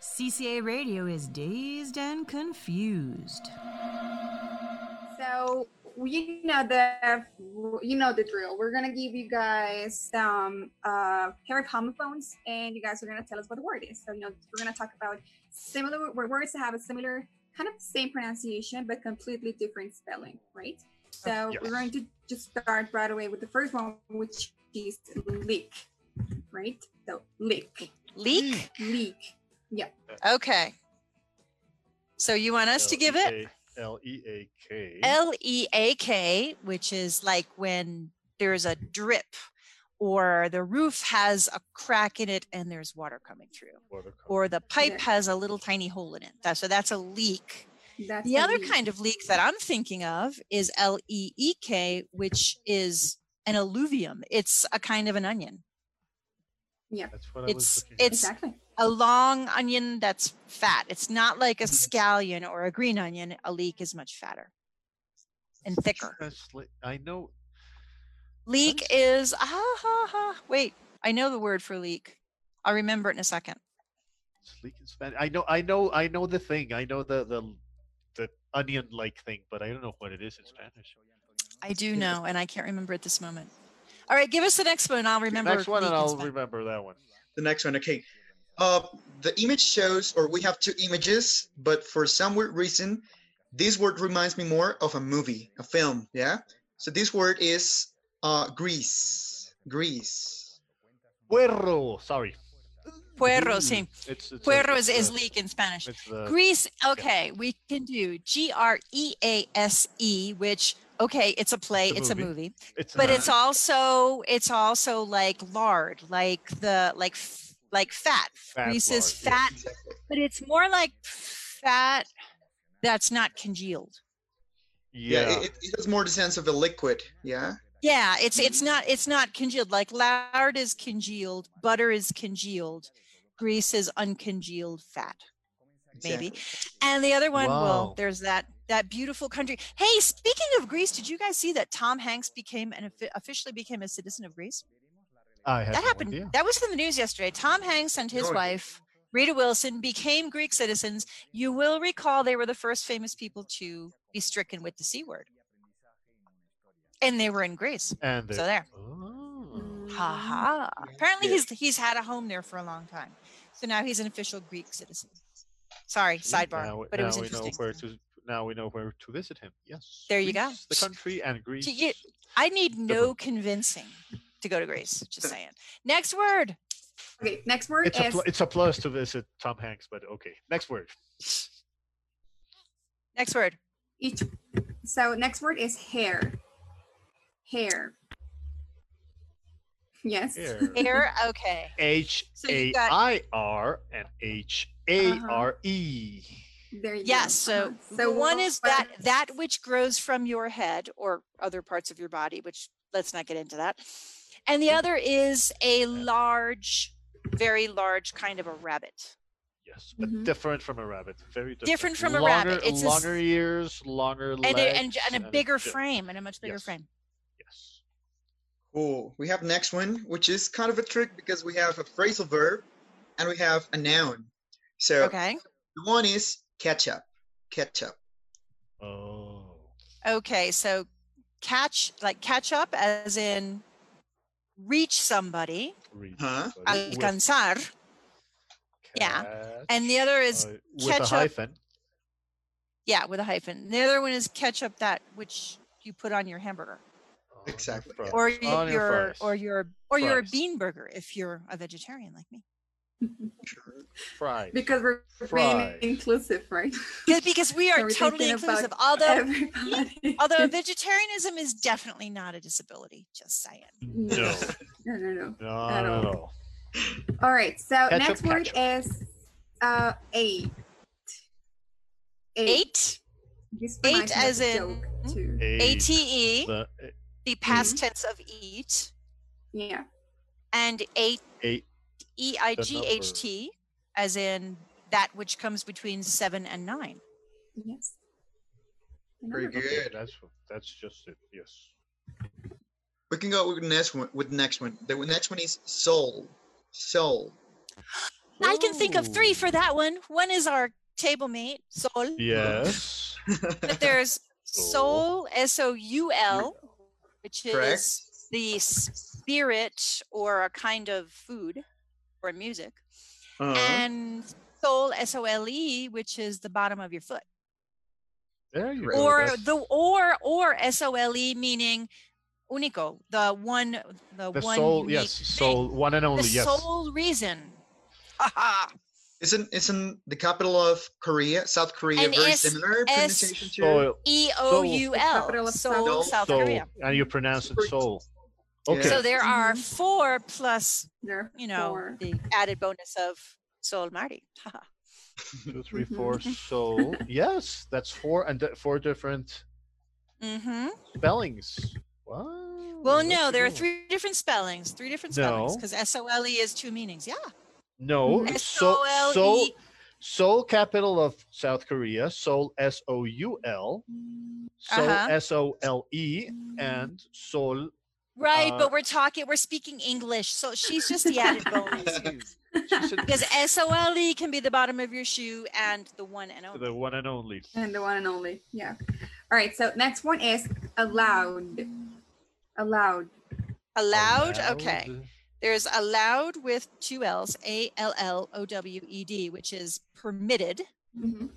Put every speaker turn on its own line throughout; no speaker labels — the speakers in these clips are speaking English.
CCA Radio is dazed and confused.
So you know the you know the drill. We're gonna give you guys some uh, pair of homophones, and you guys are gonna tell us what the word is. So you know we're gonna talk about similar wor- words that have a similar kind of same pronunciation but completely different spelling, right? So
Yes.
we're going to just start right away with the first one, which is leak, right? So leak,
Leak?
leak.
Okay. So you want us to give it
L E A K.
L E A K, which is like when there's a drip or the roof has a crack in it and there's water coming through, or the pipe
Yeah.
has a little tiny hole in it. That, so that's a leak.
That's
The
a
other
leak.
kind of leak that I'm thinking of is L E E K, which is an alluvium. It's a kind of an onion,
That's what I
it's-
was looking
it's-
Exactly.
a long onion that's fat. It's not like a
Mm-hmm.
scallion or a green onion. A leek is much fatter and thicker.
Translate- I know.
Leek is, ah, ha, ha. wait, I know the word for leek. I'll remember it in a second.
it's leak in Spanish. I know. I know. I know the thing. I know the the the onion-like thing, but I don't know what it is in Spanish.
I do know, and I can't remember at this moment. All right, give us the next one. and I'll remember.
Next one,
leek
and
in
I'll
Spanish.
remember that one.
the next one. Okay. Uh, the image shows, or we have two images, but for some weird reason, this word reminds me more of a movie, a film. Yeah. So this word is uh, Greece. Greece.
Puerro. Sorry.
Puerro, sí.
Mm. It's, it's a-
Puerro is,
it's
is
a-
leek in Spanish.
It's the
Greece, okay, we can do G R E A S E, which okay, it's a play,
It's a
it's a movie,
movie. it's
but
an-
it's also it's also like lard, like the like f- like fat.
Fat
Greece is
lard, yes.
fat, but it's more like fat that's not congealed.
yeah.
it, it has more the sense of a liquid. Yeah.
Yeah, it's it's not it's not congealed. Like lard is congealed, butter is congealed, grease is uncongealed fat. Maybe. And the other one,
Wow.
well, there's that that beautiful country. Hey, speaking of Greece, did you guys see that Tom Hanks became an offi- officially became a citizen of Greece?
I have
That
no
happened.
idea.
That was in the news yesterday. Tom Hanks and his
Good.
wife Rita Wilson became Greek citizens. You will recall they were the first famous people to be stricken with the C word. And they were in Greece.
And
So
the-
there.
Oh.
Ha ha. Apparently
Yeah.
he's he's had a home there for a long time. So now he's an official Greek citizen. Sorry,
See,
sidebar.
Mm, Now,
but it was
now we know
interesting.
where to now we know where to visit him. Yes.
There you go.
Greece, The country and Greece.
you- I need no
Different.
convincing to go to Greece. Just saying. Next word.
Okay. Next word
It's a
is
pl- it's a plus to visit Tom Hanks, but okay. Next word.
Next word.
each. So next word is hair. Hair. Yes.
Hair.
Air. Okay.
H
So
A
you've got- Uh-huh.
I R and H A R E.
There you
Yes.
go.
So,
Uh-huh.
so one is that
what-
that which grows from your head or other parts of your body, which let's not get into that. And the other is a large, very large kind of a rabbit.
Yes, but
Mhm.
different from a rabbit. Very different.
Mm-hmm. Different from a
longer,
rabbit. It's a s-
longer ears, longer
And
legs,
a, and, j- and a bigger
di-
frame and a much bigger
Yes.
frame.
Yes.
Cool. We have next one, which is kind of a trick because we have a phrasal verb and we have a noun. So
Okay.
the one is ketchup. Ketchup.
Oh.
Okay, so catch like catch up as in reach somebody,
Read
Huh?
somebody with
alcanzar, yeah.
cat-
and the other is
uh, with a
ketchup.
hyphen.
yeah with a hyphen. The other one is ketchup that which you put on your hamburger
on your
Exactly, yeah.
fries.
or
On
y- your,
your
or
fries.
your or your
Fries.
bean burger if you're a vegetarian like me.
Sure.
fries.
because we're
Fries.
being inclusive, right?
Because because we
So
are
we're
totally
thinking about
inclusive. Although
Everybody.
although vegetarianism is definitely not a disability. Just saying.
No,
no, no, no.
no,
At
no,
all.
no.
All right. So
Ketchup,
next word
ketchup.
is uh eight.
Eight
This
Eight
reminds me of
as
a
in-
joke, too.
A
Eight.
T E
The, eh,
the past tense of eat
Yeah.
and eight
eight.
E I
The
G H
number.
T, as in that which comes between seven and nine.
Yes.
Very
Another-
Okay,
good.
That's that's just it. Yes.
We can go with the next one. With the next one, the next one is soul. Soul.
I can think of three for that one. One is our table mate, Sol.
Yes.
But there's Soul, S O U L, which is
Correct.
the spirit or a kind of food or music,
Uh-huh.
and Soul, S O L E, which is the bottom of your foot,
There you go.
or
That's-
the or or S O L E meaning unico, the one, the,
the
one.
soul.
unique
Yes,
thing.
soul. One and
The
only. Yes.
sole reason. Ha ha.
Isn't isn't the capital of Korea, South Korea,
And
very
S-
similar
S-
pronunciation to?
Soul.
E O U
Capital
L,
of
Seoul,
Seoul.
South
Soul.
Korea.
And you pronounce it
Super-
soul.
Yeah.
Okay.
So there are
Mhm.
four plus,
There,
you know,
four.
the added bonus of Seoul Mardi. Haha.
Two, three, four. Soul. Yes, that's four and di- four different
Mhm.
spellings. Wow.
Well,
look
no,
at
there are
you.
three different spellings, three different spellings,
No.
because S O L E is two meanings. Yeah.
No,
Mhm.
it's
S
so
O L
soul
E.
Seoul, capital of South Korea, Seoul, S O U L, Seoul,
Uh-huh.
S O L E, and Seoul.
Right,
uh,
but we're talking, we're speaking English. So she's just the added bonus.
She said
Because S O L E can be the bottom of your shoe and the one and only.
the one and only.
And the one and only. Yeah. All right. So next one is allowed. Allowed.
Allowed? Okay.
Allowed.
There's allowed with two L's, A L L O W E D, which is permitted,
Mhm.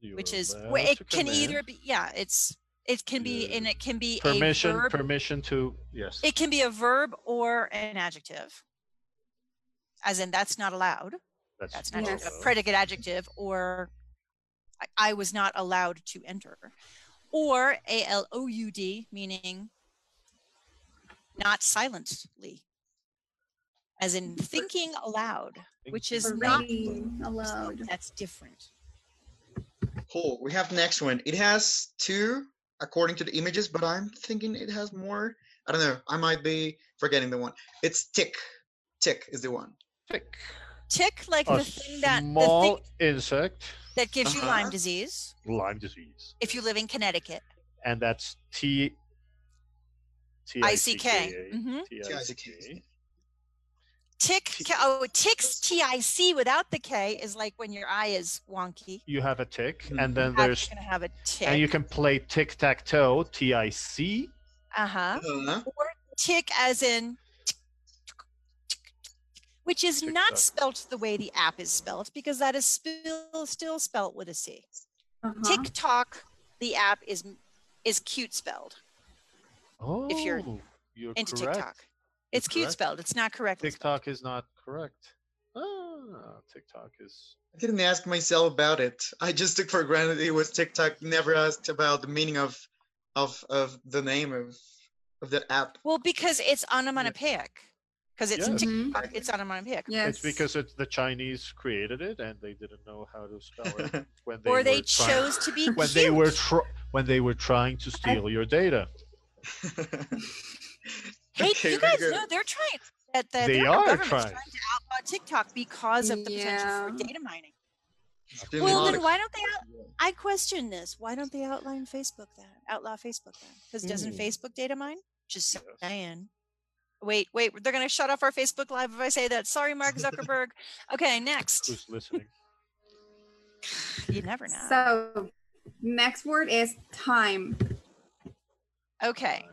You
which
are
is wh-
allowed to
it can
command.
either be yeah, it's it can be and
Yeah.
it can be a
permission,
verb.
permission to yes.
it can be a verb or an adjective. As in that's not allowed. That's not
Yes.
a predicate adjective or I, I was not allowed to enter. Or A L O U D meaning not silently. As in thinking aloud, which is not
Reading allowed.
That's different.
Cool. We have next one. It has two according to the images, but I'm thinking it has more. I don't know. I might be forgetting the one. It's tick. Tick is the one.
Tick.
Tick like
A
the thing that the
small
thing
insect,
that gives you Lyme
Uh-huh.
disease
Lyme disease,
if you live in Connecticut.
and that's T.
I C K.
T-I-C-K-A,
Mhm.
T-I-C-K.
Tick.
Tick.
ca- Oh, ticks. T I C without the K is like when your eye is wonky.
You have a tick,
Mhm.
and then
How you're
there's
gonna have a tick.
and you can play tic tac toe, T I C.
uh huh.
Uh-huh.
Or tick as in, tick, tick, tick, tick, which is
Tick
not
tock.
spelt the way the app is spelt because that is still still spelt with a C.
Uh-huh.
Tick tock. The app is is cute spelled
Oh,
If you're
you're
into
correct.
TikTok. It's cute
correct.
spelled. It's not correctly spelled.
TikTok is not correct. Ah, TikTok is.
I didn't ask myself about it. I just took for granted it was TikTok. Never asked about the meaning of of of the name of of the app.
Well, because it's onomatopoeic. Because it's
Yes.
Mhm.
TikTok, it's onomatopoeic.
Yes.
It's because it's the Chinese created it and they didn't know how to spell it when they
or
were
they
trying-
chose to be
when
cute.
they were tr- when they were trying to steal your data.
hey,
Okay,
you
we
guys
go.
know they're trying. That, that
They
their
are
government's
trying.
to outlaw TikTok because of the potential
Yeah.
for data mining.
It's been
well,
a
then
lot
why don't they?
of-
Out- I question this. Why don't they outline Facebook then? Outlaw Facebook then? Because doesn't
Hmm.
Facebook data mine? Just
Yes.
saying. Wait, wait. They're gonna shut off our Facebook Live if I say that. Sorry, Mark Zuckerberg. okay, next.
Who's listening?
You never know.
So next word is time.
Okay.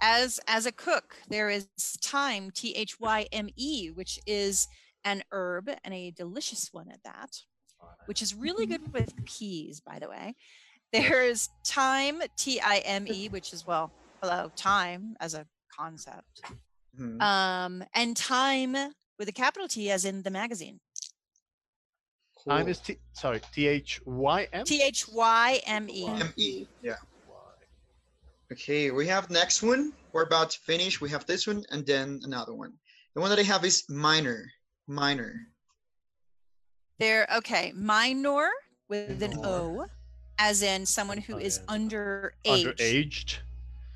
As as a cook, there is thyme, T H Y M E, which is an herb and a delicious one at that, which is really good with peas, by the way. There is thyme, T I M E, which is well, hello, time as a concept.
Mhm.
Um, and time with a capital T as in the magazine.
Time
Cool.
is T. Sorry, T H Y M.
T H Y M E.
M E. Yeah. Okay, we have next one. We're about to finish. We have this one and then another one. The one that I have is minor. Minor.
There, okay, minor with an
Minor.
O as in someone who is under age.
Underaged.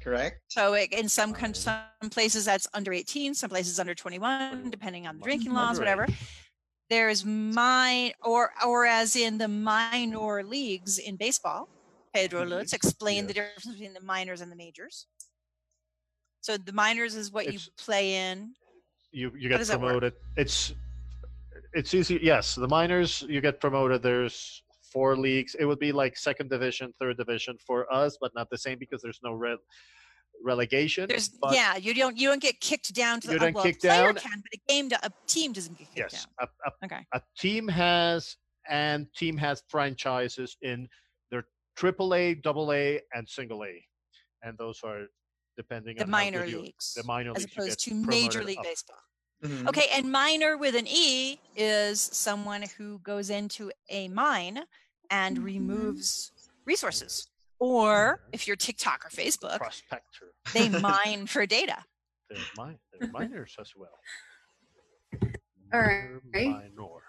Correct?
So it, in some con-
Right.
some places that's under 18, some places under 21, depending on the
Under-
drinking laws, whatever.
underage.
There is mine or or as in the minor leagues in baseball. Pedro,
Mhm.
let's explain the
Mm-hmm. Yes.
difference between the minors and the majors. So the minors is what
It's-
you play in.
You you
How
get
does that work?
promoted. It's it's easy. Yes, the minors you get promoted. There's four leagues. It would be like second division, third division for us, but not the same because there's no re- relegation.
There's
but
yeah, you don't you don't get kicked down to
You
the
don't
well,
kick
a player
down.
can, but a game do- a team doesn't get kicked
yes,
down.
a, a,
Okay.
a team has and team has franchises in their AAA, AA, and single A, and those are depending
The
on how
minor
good you-
leagues.
the minor
as
leagues you
opposed to
get
major
promoted
league
up.
baseball.
Mhm.
Okay, and miner with an E is someone who goes into a mine and
Mhm.
removes resources. Or if you're TikTok or Facebook,
prospector.
they mine for data.
They're, mi- they're minors as well.
All right.
Minor.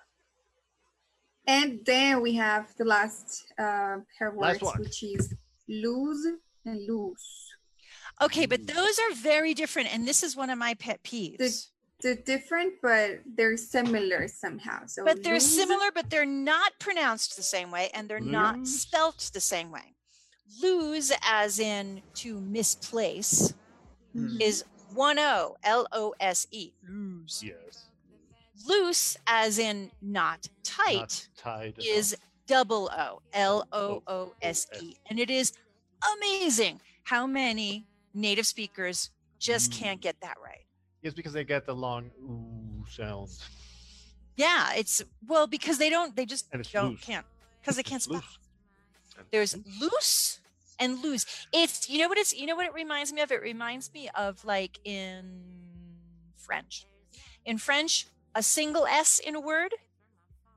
And then we have the last uh, pair of
Last
words,
one.
which is lose and lose.
Okay, but
Mm.
those are very different. And this is one of my pet peeves.
They're different, but they're similar somehow. So
but they're
lose-
similar, but they're not pronounced the same way and they're not
Lose.
spelt the same way. Lose, as in to misplace,
Mhm.
is one O, L O S E. Lose.
Yes.
loose as in not tight
Not tied. enough.
is double o l o o s e and it is amazing how many native speakers just
Mm.
can't get that right
It's because they get the long ooh sound.
yeah it's well because they don't they just
And it's
don't
loose.
can't because they can't spell
Loose. And
there's
loose.
loose and loose it's you know what it's you know what it reminds me of it reminds me of like in french in french a single s in a word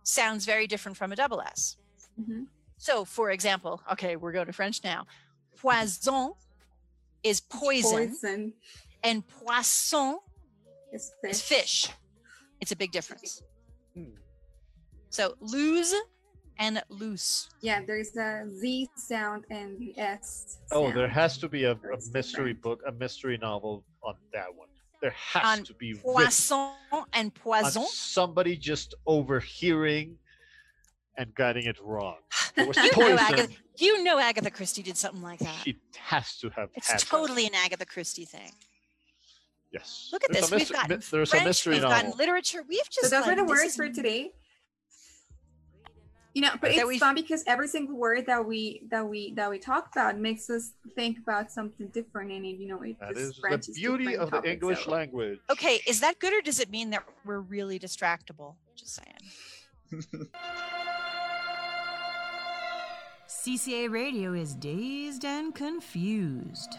sounds very different from a double s Mm-hmm.
Mhm.
So, for example, okay, we're going to French now. Poison is poison,
poison.
and poisson
Is
is
fish.
fish. It's a big difference.
Hmm.
So, lose and loose.
Yeah, there's a Z sound and the S.
Oh,
sound.
there has to be a, a
It's
mystery
different.
book, a mystery novel on that one. There has
On
to be riff
Poisson and
on
poison.
somebody just overhearing and getting it wrong. It was
You
You know, Agatha,
poison.
you know Agatha Christie did something like that.
She has to have
It's
had that.
totally an Agatha Christie thing.
Yes.
Look at
There's
this.
a
We've
myster-
got
mi- there's
French,
a mystery
we've
novel.
gotten literature. We've just
So those were
like,
the
this
words
is-
for today. You know, but
That
it's
we've-
fun because every single word that we that we that we talk about makes us think about something different, and it, you know, it
That
just
is the
branches
beauty
different
of the
topics
English
out.
language.
Okay, is that good or does it mean that we're really distractible? Just saying.
CCA Radio is dazed and confused.